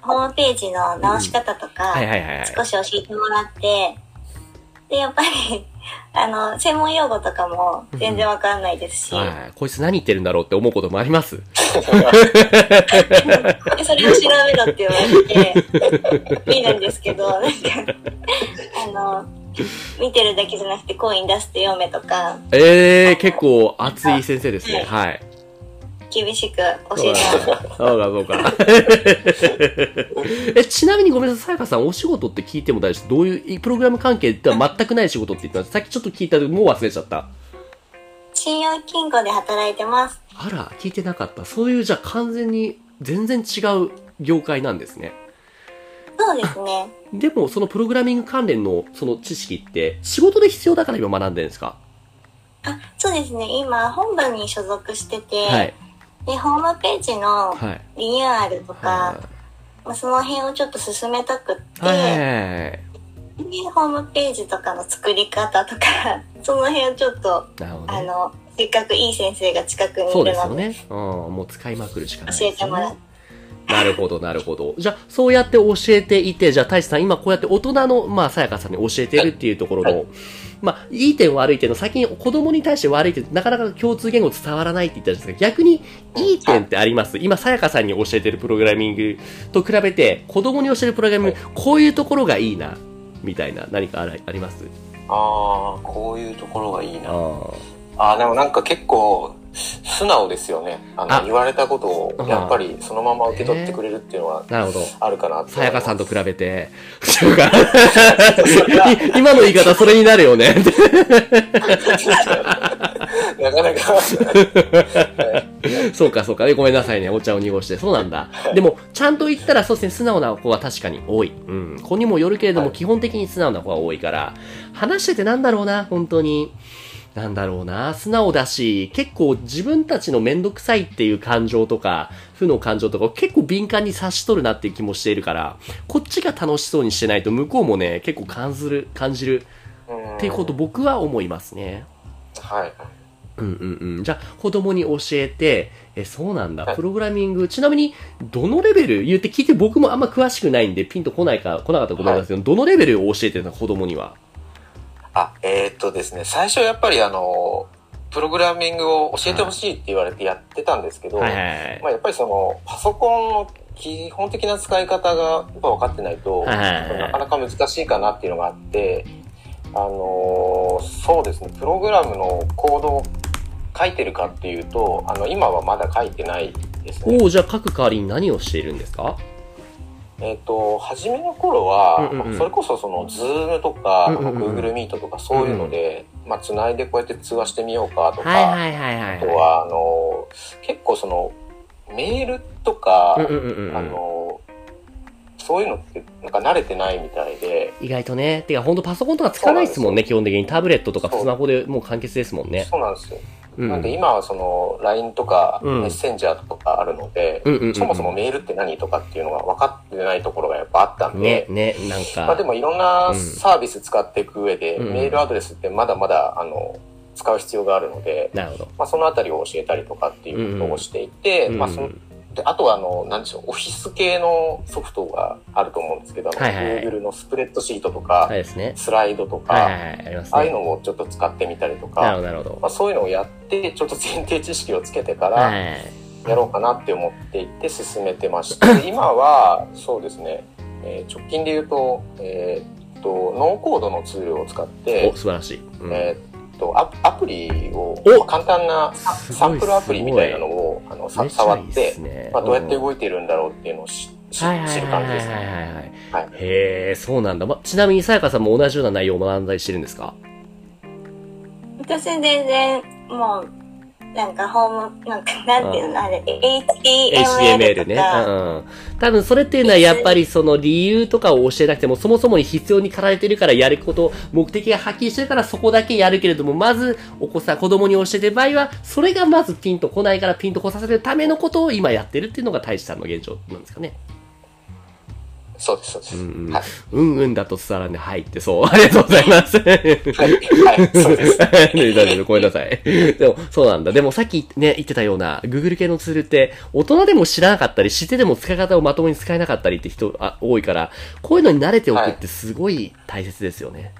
Speaker 3: ホームページの直し方とか、
Speaker 1: はいはいはいはい。
Speaker 3: 少し教えてもらって、で、やっぱり、 [laughs] あの、専門用語とかも全然わかんないですし、
Speaker 1: はい。こいつ何言ってるんだろうって思うこともあります。
Speaker 3: でそれを調べろって言われて、見るんですけど、なんか、あの、見てるだけじゃなくてコイン出して読めとか、
Speaker 1: ええ結構熱い先生ですね。はい。
Speaker 3: 厳しく教
Speaker 1: そ
Speaker 3: え
Speaker 1: う
Speaker 3: てもらって
Speaker 1: か、そうか。 [laughs] え、ちなみにごめんなさい、さやかさん、お仕事って聞いても大丈夫です。どういう、プログラム関係では全くない仕事って言ってました。さっきちょっと聞いたけど、もう忘れちゃった。
Speaker 3: 信用金庫で働いてます。
Speaker 1: あら、聞いてなかった。そういう、じゃあ完全に、全然違う業界なんですね。
Speaker 3: そうですね。
Speaker 1: でも、そのプログラミング関連の、その知識って、仕事で必要だから今学んでるんですか
Speaker 3: あ、そうですね。今、本部に所属してて、
Speaker 1: はい。
Speaker 3: で、ホームページの
Speaker 1: はい。
Speaker 3: リニューアルとか、
Speaker 1: は
Speaker 3: まあ、その辺をちょっと進めたくって、
Speaker 1: い。はい。
Speaker 3: でホームページとかの作り方とか [laughs] その辺をちょっと、
Speaker 1: なるほど
Speaker 3: あ
Speaker 1: ね。
Speaker 3: のせっかくいい先生が近くにいる
Speaker 1: そう
Speaker 3: ので
Speaker 1: ですよね。うん、もう使いまくるしかないです
Speaker 3: 教
Speaker 1: よ
Speaker 3: え
Speaker 1: ね。
Speaker 3: てもらって
Speaker 1: なるほど、なるほど。じゃあ、そうやって教えていて、じゃあ、大志さん、今こうやって大人の、まあ、さやかさんに教えてるっていうところの、まあ、いい点悪い点の、最近子供に対して悪い点、なかなか共通言語伝わらないって言ったじゃないですか。逆に、いい点ってあります今、さやかさんに教えてるプログラミングと比べて、子供に教えるプログラミング、こういうところがいいな、みたいな、何かあらあります
Speaker 2: ああ、こういうところがいい
Speaker 1: あ
Speaker 2: な。
Speaker 1: ー
Speaker 2: あーでもなんか結構素直ですよねあの
Speaker 1: あ
Speaker 2: 言われたことをやっぱりそのまま受け取ってくれるっていうのは
Speaker 1: なるほど。
Speaker 2: あるかなって
Speaker 1: さやかさんと比
Speaker 2: べ
Speaker 1: べて、そうか。 [laughs] い今の言い方、それになるよね。 [laughs]
Speaker 2: なかなか
Speaker 1: そうか、そうか。えごめんなさいね。お茶を濁して。そうなんだ。でも、ちゃんと言ったら、そうですね、素直な子は確かに多い。うん。子にもよるけれども、
Speaker 2: はい
Speaker 1: 基本的に素直な子が多いから、話しててなんだろうな、本当に。なんだろうな、素直だし、結構自分たちのめんどくさいっていう感情とか、負の感情とかを結構敏感に察し取るなっていう気もしているから、こっちが楽しそうにしてないと、向こうもね、結構感じる、感じる
Speaker 2: うん
Speaker 1: っていうこと僕は思いますね。
Speaker 2: はい
Speaker 1: うんうんうん。じゃあ、子供に教えて、え、そうなんだ
Speaker 2: は。い
Speaker 1: プログラミング、ちなみに、どのレベル言って聞いて僕もあんま詳しくないんで、ピンと来ないか、来なかったらごめんなさいけど、どのレベルを教えてるの、子供には。
Speaker 2: あえーっとですね最初やっぱりあのプログラミングを教えてほしいって言われてやってたんですけど、
Speaker 1: はいはい
Speaker 2: まあ、やっぱりそのパソコンの基本的な使い方がやっぱ分かってないと、
Speaker 1: はいはいはい
Speaker 2: なかなか難しいかなっていうのがあって、あのーそうですねプログラムのコードを書いてるかっていうとあの今はまだ書いてないです
Speaker 1: はい。
Speaker 2: ね。
Speaker 1: おーじゃあ書く代わりに何をしているんですか
Speaker 2: えっ、と初めの頃は、
Speaker 1: うんうんうん
Speaker 2: それこそその Zoom とか、
Speaker 1: うんうんうん
Speaker 2: Google Meet とかそういうので、まあ、つないでこうやって通話してみようかとか、
Speaker 1: はいはいはいはい。
Speaker 2: あとはあのー結構そのメールとか、
Speaker 1: うんうんうんう
Speaker 2: あ
Speaker 1: ん。
Speaker 2: のそういうのってなんか慣れてないみたいで、
Speaker 1: 意外とね、てか本当パソコンとか使わないですもんね、基本的に。タブレットとか
Speaker 2: そう
Speaker 1: スマホでもう完結ですもんね。
Speaker 2: そうなんですよ、
Speaker 1: うん。
Speaker 2: なんで今はその LINE とか
Speaker 1: うん
Speaker 2: メッセンジャーとかあるので、
Speaker 1: うんうんうんうん
Speaker 2: そもそもメールって何とかっていうのが分かってないところがやっぱあったんで、
Speaker 1: ね、ね、なん
Speaker 2: まあ、で
Speaker 1: か。
Speaker 2: もいろんな
Speaker 1: うん
Speaker 2: サービス使っていく上で、
Speaker 1: うん
Speaker 2: メールアドレスってまだまだあの使う必要があるので、
Speaker 1: なるほど。
Speaker 2: まあ、そのあたりを教えたりとかっていうことをしていて、
Speaker 1: うん
Speaker 2: まあ、そのであとはあのなんでしょうオフィス系のソフトがあると思うんですけど、あの
Speaker 1: はいはいはい
Speaker 2: Google のスプレッドシートとか、
Speaker 1: はいですね。
Speaker 2: スライドとか、
Speaker 1: はいはいはい。あります
Speaker 2: ああいう
Speaker 1: ね。
Speaker 2: のをちょっと使ってみたりと
Speaker 1: なるほ
Speaker 2: か、
Speaker 1: ど、なるほど。
Speaker 2: まあ、そういうのをやってちょっと前提知識をつけてから
Speaker 1: はい。
Speaker 2: やろうかなって思っていて進めて
Speaker 1: [laughs]
Speaker 2: まして今はそうですね、えー直近で言うと,、えーっとノーコードのツールを使って
Speaker 1: お、、素晴らしい。うん
Speaker 2: えーっとアアプリを
Speaker 1: お
Speaker 2: 簡単なサ
Speaker 1: すごい
Speaker 2: サンプルアプリみたいなのをあの
Speaker 1: め
Speaker 2: さ
Speaker 1: っちゃ
Speaker 2: 触
Speaker 1: いい
Speaker 2: っ
Speaker 1: ってすね
Speaker 2: まあ、どうやって
Speaker 1: うん
Speaker 2: 動いてるんだろうっていうのをしし知
Speaker 1: はいはいはい
Speaker 2: る感じ
Speaker 1: は
Speaker 2: です
Speaker 1: い
Speaker 2: ね。
Speaker 1: はいはい。
Speaker 2: はい
Speaker 1: へえ、そうなんだ。ま、ちなみにさやかさんも同じような内容を学んだりしてるんですか
Speaker 3: 私全然もうなんかホームなんかなんていうのあれ HTML
Speaker 1: ?HTML
Speaker 3: と
Speaker 1: ね。
Speaker 3: か、
Speaker 1: うんうん。多分それっていうのはやっぱりその理由とかを教えなくても、そもそもに必要に駆られてるからやること、目的がはっきりしてるからそこだけやるけれども、まずお子さん、子供に教えてる場合は、それがまずピンとこないからピンとこさせるためのことを今やってるっていうのが大志さんの現状なんですかね。
Speaker 2: そうです、そうです。
Speaker 1: うんうん
Speaker 2: はい。
Speaker 1: うんうんだと伝わらんで、はいって、そう。ありがとうございます。
Speaker 2: はい、はい、そうで
Speaker 1: [laughs]
Speaker 2: す。
Speaker 1: ね大丈夫、ごめんなさい。でも、そうなんだ。でもさっきね、言ってたような、Google 系のツールって、大人でも知らなかったり、知ってても使い方をまともに使えなかったりって人あ多いから、こういうのに慣れておくってすごい大切ですよね。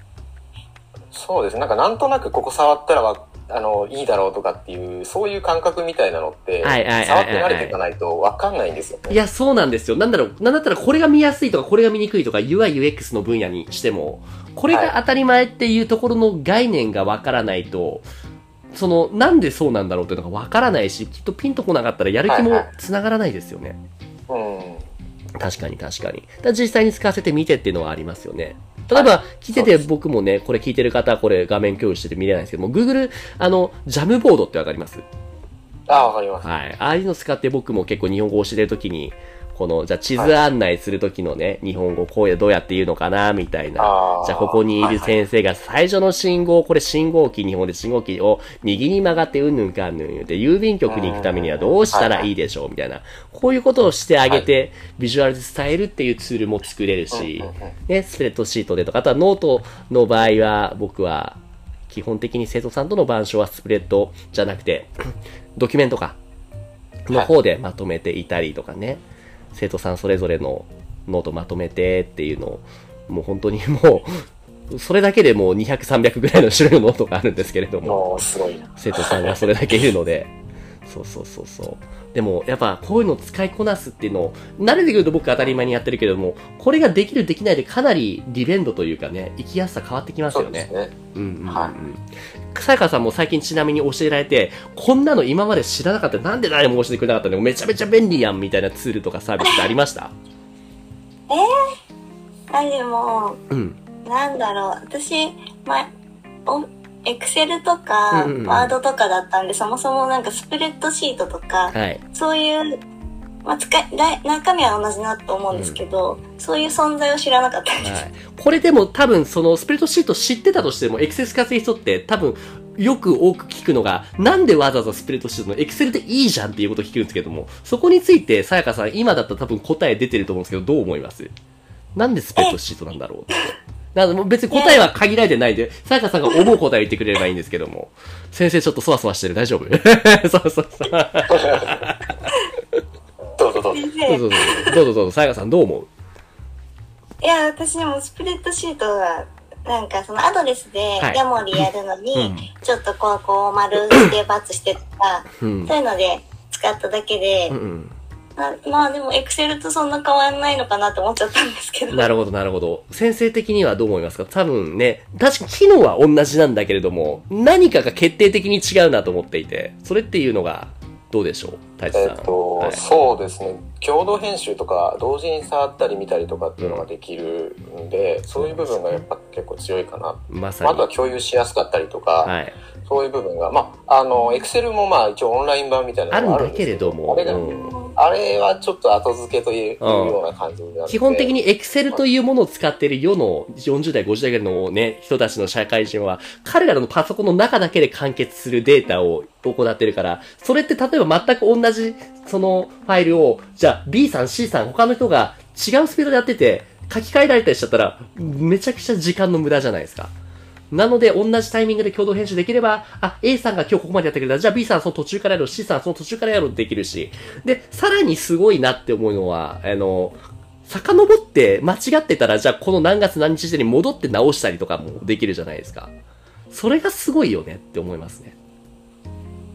Speaker 2: そうですね。なんかなんとなくここ触ったらわあの、いいだろうとかっていう、そういう感覚みたいなのって、
Speaker 1: はいはいはいはい
Speaker 2: 触って慣れていかないとわかんないんですよ
Speaker 1: い、
Speaker 2: ね。
Speaker 1: や、そうなんですよ。なんだろう、なんだったらこれが見やすいとか、これが見にくいとか、UI、UX の分野にしても、これが当たり前っていうところの概念がわからないと、その、なんでそうなんだろうっていうのがわからないし、きっとピンとこなかったらやる気
Speaker 2: はいは
Speaker 1: も
Speaker 2: い
Speaker 1: つながらないですよね。
Speaker 2: うん。
Speaker 1: 確かに確かに。だから実際に使わせてみてっていうのはありますよね。例えば、聞いて
Speaker 2: そうで
Speaker 1: て
Speaker 2: す
Speaker 1: 僕もね、これ聞いてる方はこれ画面共有してて見れないんですけども、Google、あの、ジャムボードってわかります
Speaker 2: ああ、わかります。
Speaker 1: はい。ああいうの使って僕も結構日本語を教えてるときに、この、じゃあ地図案内するときのね、日本語こうや、どうやって言うのかな、みたいな。
Speaker 2: あー
Speaker 1: じゃあここにいる先生が最初の信号、これ信号機、日本で信号機を右に曲がってうんぬんかんぬん言うて、郵便局に行くためにはどうしたらいいでしょう、みたいな。こういうことをしてあげて、ビジュアルで伝えるっていうツールも作れるし
Speaker 2: うんうんうん、
Speaker 1: ね、スプレッドシートでとか、あとはノートの場合は、僕は、基本的に生徒さんとの板書はスプレッドじゃなくて、ドキュメントか。の方でまとめていたりとかね、生徒さんそれぞれのノートまとめてっていうのを、もう本当にもう、それだけでもう200、300ぐらいの種類のノートがあるんですけれども、
Speaker 2: もう、すごいな。
Speaker 1: 生徒さんがそれだけいるので、そうそうそうそう。でも、やっぱこういうのを使いこなすっていうのを、慣れてくると僕当たり前にやってるけれども、これができるできないでかなり利便度というかね、生きやすさ変わってきます
Speaker 2: そ
Speaker 1: よ
Speaker 2: うで
Speaker 1: ね
Speaker 2: す。ね。
Speaker 1: [laughs] うんうんうん
Speaker 2: は
Speaker 1: さやかさんも最近ちなみに教えられて、こんなの今まで知らなかった、なんで誰も教えてくれなかったのめちゃめちゃ便利やんみたいなツールとかサービスってありました
Speaker 3: あでも
Speaker 1: うん。
Speaker 3: なんだろう私まおエクセルとか
Speaker 1: うんうんうん
Speaker 3: ワードとかだったんでそもそもなんかスプレッドシートとか
Speaker 1: はい。
Speaker 3: そういう、まあ、使いだい中身は同じなと思うんですけど、そういう存在を知らなかったんです、
Speaker 1: はい、これでも多分そのスプレッドシート知ってたとしてもエクセル使ってる人って多分よく多く聞くのがなんでわざわざスプレッドシートのエクセルでいいじゃんっていうことを聞くんですけどもそこについてさやかさん今だったら多分答え出てると思うんですけどどう思いますなんでスプレッドシートなんだろうってなのでもう別に答えは限られてないんでさやかさんが思う答えを言ってくれればいいんですけども先生ちょっとそわそわしてる大丈夫 [laughs] そうそうそう
Speaker 2: どうぞどうぞ。
Speaker 3: 先
Speaker 1: ど
Speaker 3: 生
Speaker 1: うぞどうぞどうぞどうぞさやかさんどう思う
Speaker 3: いや、私でもスプレッドシートは、なんかそのアドレスで
Speaker 1: はい
Speaker 3: ヤモリやるのに、
Speaker 1: うん
Speaker 3: ちょっとこう、こう丸して×してとか、
Speaker 1: うん
Speaker 3: そういうので使っただけで、
Speaker 1: うんうん
Speaker 3: ままあでもエクセルとそんな変わんないのかなって思っちゃったんですけど。
Speaker 1: なるほど、なるほど。先生的にはどう思いますか多分ね、確かに機能は同じなんだけれども、何かが決定的に違うなと思っていて、それっていうのが、どうでしょう太一
Speaker 2: え
Speaker 1: さん。
Speaker 2: っと、
Speaker 1: はい
Speaker 2: そうですね共同編集とか同時に触ったり見たりとかっていうのができるんで、そういう部分がやっぱ結構強いかな、
Speaker 1: まさ
Speaker 2: まあ、あ
Speaker 1: に。
Speaker 2: とは共有しやすかったりとか、
Speaker 1: はい。
Speaker 2: そういう部分がまああのエクセルもまあ一応オンライン版みたい
Speaker 1: あ
Speaker 2: な
Speaker 1: る
Speaker 2: の
Speaker 1: ん
Speaker 2: がある
Speaker 1: だ
Speaker 2: ん
Speaker 1: け
Speaker 2: です
Speaker 1: れども、
Speaker 2: あれが
Speaker 1: うん
Speaker 2: あれはちょっと後付けという,、
Speaker 1: うん
Speaker 2: ような感じになって
Speaker 1: 基本的に Excel というものを使っている世の40代、50代ぐらいのね、人たちの社会人は、彼らのパソコンの中だけで完結するデータを行ってるから、それって例えば全く同じ、そのファイルを、じゃあ B さん、C さん、他の人が違うスピードでやってて、書き換えられたりしちゃったら、めちゃくちゃ時間の無駄じゃないですか。なので、同じタイミングで共同編集できれば、あ、A さんが今日ここまでやってくれた。じゃあ B さんはその途中からやろう。C さんはその途中からやろう。できるし。で、さらにすごいなって思うのは、あの、遡って間違ってたら、じゃあこの何月何日時に戻って直したりとかもできるじゃないですか。それがすごいよねって思いますね。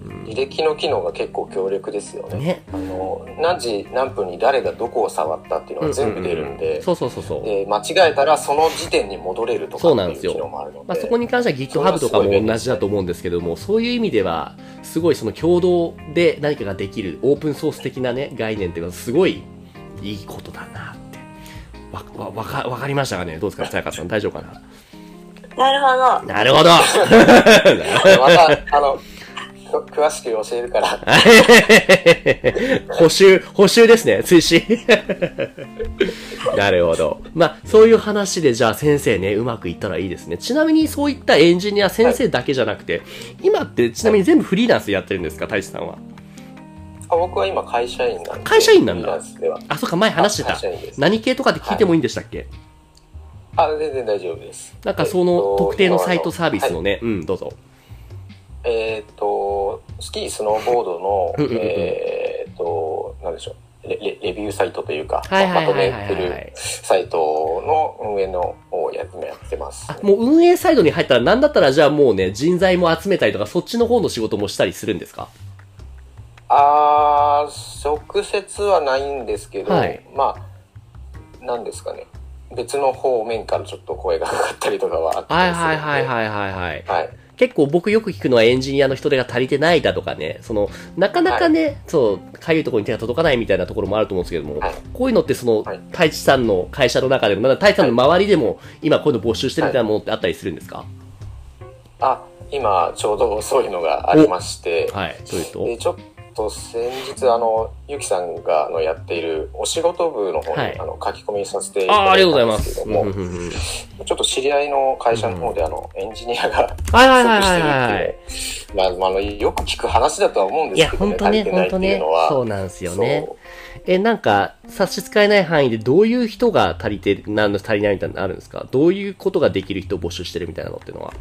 Speaker 1: うん。ん
Speaker 2: 履歴の機能が結構強力ですよね
Speaker 1: ね
Speaker 2: あの何時何分に誰がどこを触ったっていうのが全部出るん
Speaker 1: ううう
Speaker 2: で、
Speaker 1: そうそうそうそう、
Speaker 2: で間違えたらその時点に戻れるとか
Speaker 1: そうなん
Speaker 2: っ
Speaker 1: で
Speaker 2: て
Speaker 1: す
Speaker 2: い
Speaker 1: よ
Speaker 2: う機能もあるので
Speaker 1: まあ、そこに関しては GitHub とかも同じだと思うんですけどもそういう意味ではすごいその共同で何かができるオープンソース的なね概念っていうのはすごいいいことだなってわわわかわかりましたかねどうですかさやかさん大丈夫かな
Speaker 3: なるほ
Speaker 1: なるほど
Speaker 2: またあのく詳しく教えるから
Speaker 1: [laughs] 補修、補修ですね、追試。 [laughs] なるほど。まあ、そういう話で、じゃあ先生ね、うまくいったらいいですね。ちなみにそういったエンジニア先生だけじゃなくて、今ってちなみに全部フリーランスでやってるんですか、太一さんは。
Speaker 2: あ僕は今会社員なんで
Speaker 1: 会社員なんだ
Speaker 2: フリーランスでは
Speaker 1: あ、そっか、前話して
Speaker 2: あ
Speaker 1: た
Speaker 2: 会。社員です
Speaker 1: 何系とかって聞いてもいいんでしたっけ、
Speaker 2: あ全然大丈夫です
Speaker 1: なんかそ
Speaker 2: えっ
Speaker 1: の
Speaker 2: と
Speaker 1: 特定のサイトサービスのね、うん、どうぞ。
Speaker 2: えーっと、スキー、スノー
Speaker 1: う
Speaker 2: ボー
Speaker 1: ん
Speaker 2: ド
Speaker 1: うんうん
Speaker 2: の、えーっと、なんでしょう、レレレビューサイトというか、
Speaker 1: はいは
Speaker 2: ま
Speaker 1: い
Speaker 2: と
Speaker 1: は
Speaker 2: め
Speaker 1: いはい、
Speaker 2: て
Speaker 1: は
Speaker 2: る
Speaker 1: い。
Speaker 2: サイトの運営の方をや今やってます。
Speaker 1: あ、もう運営サイドに入ったら、なんだったらじゃあもうね、人材も集めたりとか、そっちの方の仕事もしたりするんですか
Speaker 2: あー、直接はないんですけど、
Speaker 1: はい
Speaker 2: まあ、なんですかね、別の方面からちょっと声がかかったりとかはあった
Speaker 1: はい
Speaker 2: りする
Speaker 1: はいはい
Speaker 2: い。
Speaker 1: はいはいはい。
Speaker 2: はい。
Speaker 1: 結構僕よく聞くのはエンジニアの人手が足りてないだとかね、その、なかなかね、そう、かゆいところに手が届かないみたいなところもあると思うんですけども、
Speaker 2: はい
Speaker 1: こういうのってその、
Speaker 2: はい
Speaker 1: 太一さんの会社の中でも、なんか太一さんの周りでも、今こういうの募集してるみたいなものってあったりするんですか
Speaker 2: あ、今、ちょうどそういうのがありまして、
Speaker 1: はい。どういう
Speaker 2: で
Speaker 1: と
Speaker 2: ちょっと先日あのゆきさんがあのやっているお仕事部の方に、
Speaker 1: はい
Speaker 2: あの書き込みさせてい
Speaker 1: あ
Speaker 2: た
Speaker 1: あ、あ
Speaker 2: だ
Speaker 1: り
Speaker 2: い
Speaker 1: がとう
Speaker 2: た
Speaker 1: ござい
Speaker 2: ん
Speaker 1: ま
Speaker 2: です
Speaker 1: す。
Speaker 2: けど
Speaker 1: うん
Speaker 2: も、
Speaker 1: うんうんうん
Speaker 2: ちょっと知り合いの会社の方であのエンジニアが
Speaker 1: [laughs] はいはいはい
Speaker 2: 不足し
Speaker 1: はい
Speaker 2: てる
Speaker 1: はいは
Speaker 2: ってい。
Speaker 1: いう
Speaker 2: まあまああのよく聞く話だとは思うん
Speaker 1: い
Speaker 2: で
Speaker 1: や、
Speaker 2: すけど
Speaker 1: 本
Speaker 2: ね
Speaker 1: 当
Speaker 2: 足
Speaker 1: ね、
Speaker 2: りてな
Speaker 1: 本
Speaker 2: いって
Speaker 1: 当
Speaker 2: いう
Speaker 1: ね
Speaker 2: の。は
Speaker 1: そうなんですよね
Speaker 2: そ。
Speaker 1: え、なんか、差し支えない範囲でどういう人が足りて、なん足りないみたいなのあるんですかどういうことができる人を募集してるみたいなのっていうのは。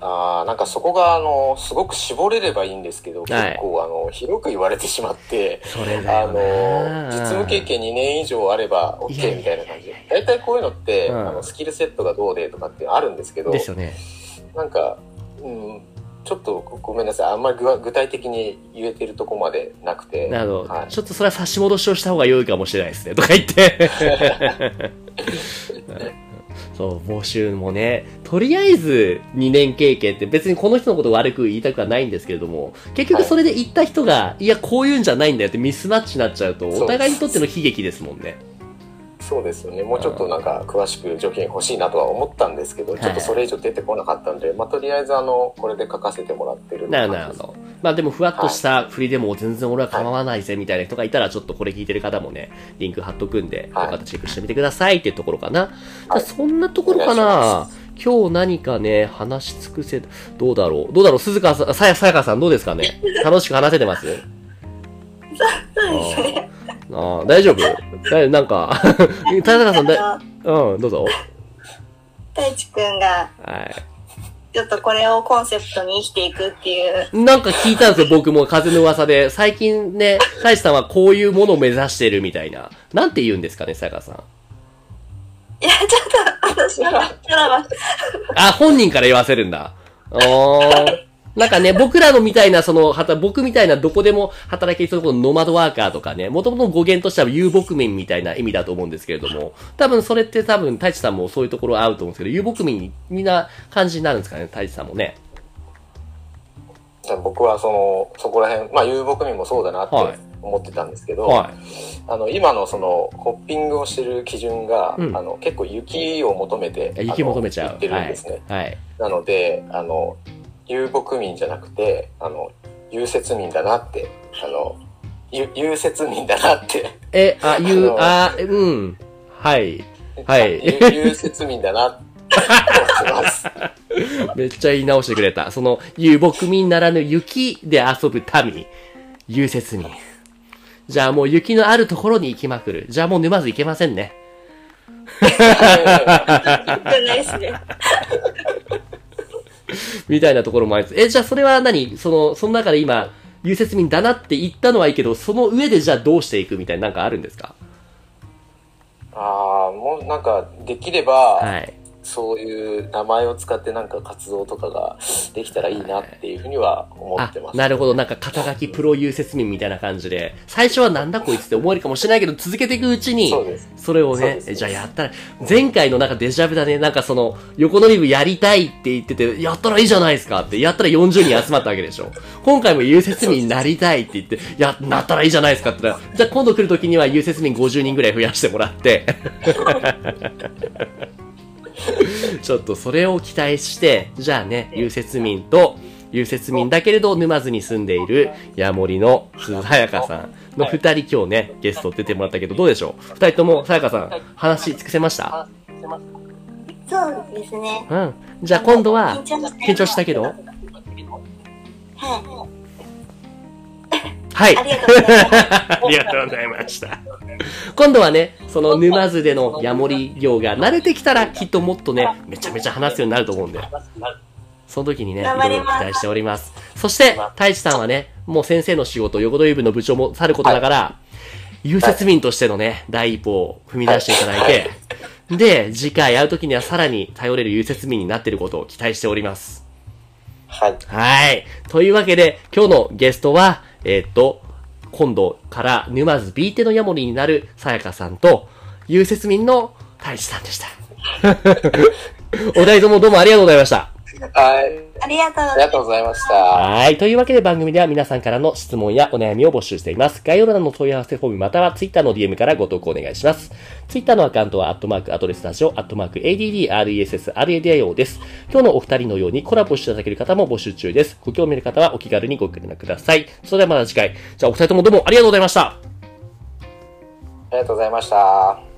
Speaker 2: あーなんかそこがあのすごく絞れればいいんですけど、
Speaker 1: い
Speaker 2: 結構あの広く言われてしまって。
Speaker 1: それだ
Speaker 2: あ
Speaker 1: よ
Speaker 2: の
Speaker 1: な
Speaker 2: 実務経験2年以上あれば
Speaker 1: いやいや
Speaker 2: OK みたいな感じで大体こういうのって、
Speaker 1: うん
Speaker 2: あのスキルセットがどうでとかってあるんですけど
Speaker 1: ですよね。
Speaker 2: なんか、うん、ちょっとごめんなさい。あんまり具は具体的に言えてるとこまでなくて。
Speaker 1: なるほど、
Speaker 2: はい
Speaker 1: ちょっとそれは差し戻しをした方が良いかもしれないですね。とか言って。 [laughs] そう、募集もね。とりあえず2年経験って別にこの人のことを悪く言いたくはないんですけれども、結局それで言った人が、い、や、こういうんじゃないんだよってミスマッチになっちゃうと、
Speaker 2: そう
Speaker 1: お互いにとっての悲劇ですもんね。
Speaker 2: そうですよね。もうちょっとなんか詳しく条件欲しいなとは思ったんですけど、
Speaker 1: い
Speaker 2: ちょっとそれ以上出てこなかったんで、まあとりあえずあの、これで書かせてもらってる
Speaker 1: なるほどなるほど。まあでもふわっとした振りでも全然俺は構わないぜみたいな人がいたらちょっとこれ聞いてる方もね、リンク貼っとくんで、よ
Speaker 2: はい
Speaker 1: かったらチェックしてみてくださいっていうところかな。
Speaker 2: はい
Speaker 1: じゃあそんなところか
Speaker 2: お願
Speaker 1: な。今日何かね、話し尽くせ、どうだろうどうだろう鈴川さん、さや、さやかさんどうですかね楽しく話せてますあ
Speaker 3: ど。そうですね。
Speaker 1: ーあー、大丈夫大なんか、 [laughs] さやかさんだ、
Speaker 3: あの、
Speaker 1: うん、どうぞ。
Speaker 3: 太一くんが、
Speaker 1: はい。
Speaker 3: ちょっとこれをコンセプトに生きていくっていう。
Speaker 1: なんか聞いたんですよ、僕も風の噂で。最近ね、大志さんはこういうものを目指してるみたいな。なんて言うんですかね、さやかさん。
Speaker 3: いや、ちょっと、私は、ドラマ、
Speaker 1: あ、本人から言わせるんだ。おー。なんかね、僕らのみたいな、その、はた、僕みたいなどこでも働けそうなこのノマドワーカーとかね、もともと語源としては遊牧民みたいな意味だと思うんですけれども、多分それって多分、太一さんもそういうところ合うと思うんですけど、遊牧民に、みんな感じになるんですかね、太一さんもね。
Speaker 2: ど。 [laughs] 僕はその、そこら辺、まあ遊牧民もそうだなって
Speaker 1: はい
Speaker 2: 思ってたんですけど、
Speaker 1: は
Speaker 2: あの、今のその、ホッピングをしてる基準が、
Speaker 1: うん
Speaker 2: あの、結構雪を求めて、
Speaker 1: い。雪求めちゃ
Speaker 2: あの
Speaker 1: う。
Speaker 2: 言ってるんですね。
Speaker 1: はい。はい。
Speaker 2: なので、あの、遊牧民じゃなくて、あの、遊説民だなって、あの、ゆ遊説民だなって、
Speaker 1: え、あ、言
Speaker 2: あ
Speaker 1: う、
Speaker 2: の
Speaker 1: あ、うん。はい。はい
Speaker 2: ゆ [laughs] 遊説民だなって思っ
Speaker 1: [laughs]
Speaker 2: てます。
Speaker 1: めっちゃ言い直してくれた。その、遊牧民ならぬ雪で遊ぶ民。融雪民。じゃあもう雪のあるところに行きまくる。じゃあもう沼津行けませんね。
Speaker 3: 良くないですね。
Speaker 1: みたいなところもあります。え、じゃあそれは何その、その中で今、融雪民だなって言ったのはいいけど、その上でじゃあどうしていくみたいななんかあるんですか
Speaker 2: ああ、もうなんか、できれば、
Speaker 1: はい。
Speaker 2: そういう名前を使ってなんか活動とかができたらいいなっていうふうには思っ
Speaker 1: あ
Speaker 2: てま、す、
Speaker 1: なるほど。なん
Speaker 2: か
Speaker 1: か肩書きプロ優説民みたいな感じで、最初はなんだこいつって思えるかもしれないけど、続けていくうちに、
Speaker 2: そうです
Speaker 1: それを
Speaker 2: そう
Speaker 1: ね
Speaker 2: で、す
Speaker 1: えじゃあやったら、前回のなんかデジャブだね、なんかその、横のリブやりたいって言ってて、やったらいいじゃないですかって、やったら40人集まったわけでしょ。今回も優説民になりたいって言って、や、なったらいいじゃないですかって言ったら、じゃあ今度来る時には優説民50人ぐらい増やしてもらって、ちょっとそれを期待して、じゃあね、優説民と、優説民だけれど沼津に住んでいるヤモリの鈴さやかさんの二人今日ね、ゲスト出てもらったけど、どうでしょう二人ともさやかさん、話尽くせました
Speaker 3: そうですね。
Speaker 1: うん。じゃあ今度は、緊
Speaker 3: 緊
Speaker 1: 張したけど
Speaker 3: はい。
Speaker 1: はい。
Speaker 3: ありがとうございます。
Speaker 1: [laughs] ありがとうございました。今度はね、その沼津でのヤモリ業が慣れてきたら、きっともっとね、めちゃめちゃ話すようになると思うんで。その時にね、い
Speaker 3: 頑張
Speaker 1: ろい
Speaker 3: り
Speaker 1: ろ期
Speaker 3: ます
Speaker 1: 待しております。そして、太一さんはね、もう先生の仕事、横取り部の部長もさることながら、優説民としてのね、第一歩を踏み出していただいて、で、次回会う時にはさらに頼れる優説民になっていることを期待しております。
Speaker 2: はい
Speaker 1: はい。というわけで、今日のゲストは、えーっと、今度から沼津 B 手のヤモリになるさやかさんと、ゆうせつみんの太一さんで
Speaker 3: [laughs]
Speaker 1: した。お題ともどうもありがとうございました。
Speaker 2: はい
Speaker 3: ありがとうご
Speaker 2: あ
Speaker 3: ざ
Speaker 2: りが
Speaker 3: います
Speaker 2: とうございました
Speaker 1: はい。というわけで番組では皆さんからの質問やお悩みを募集しています。概要欄の問い合わせフォームまたは Twitter の DM からご投稿お願いします。Twitter のアカウントは、アットマーク、アドレスラジオ、アットマーク、ADDRESSRADIO です。今日のお二人のようにコラボしていただける方も募集中です。ご興味のある方はお気軽にご連絡ください。それではまた次回。じゃあお二人ともどうもありがとうございました。
Speaker 2: ありがとうございました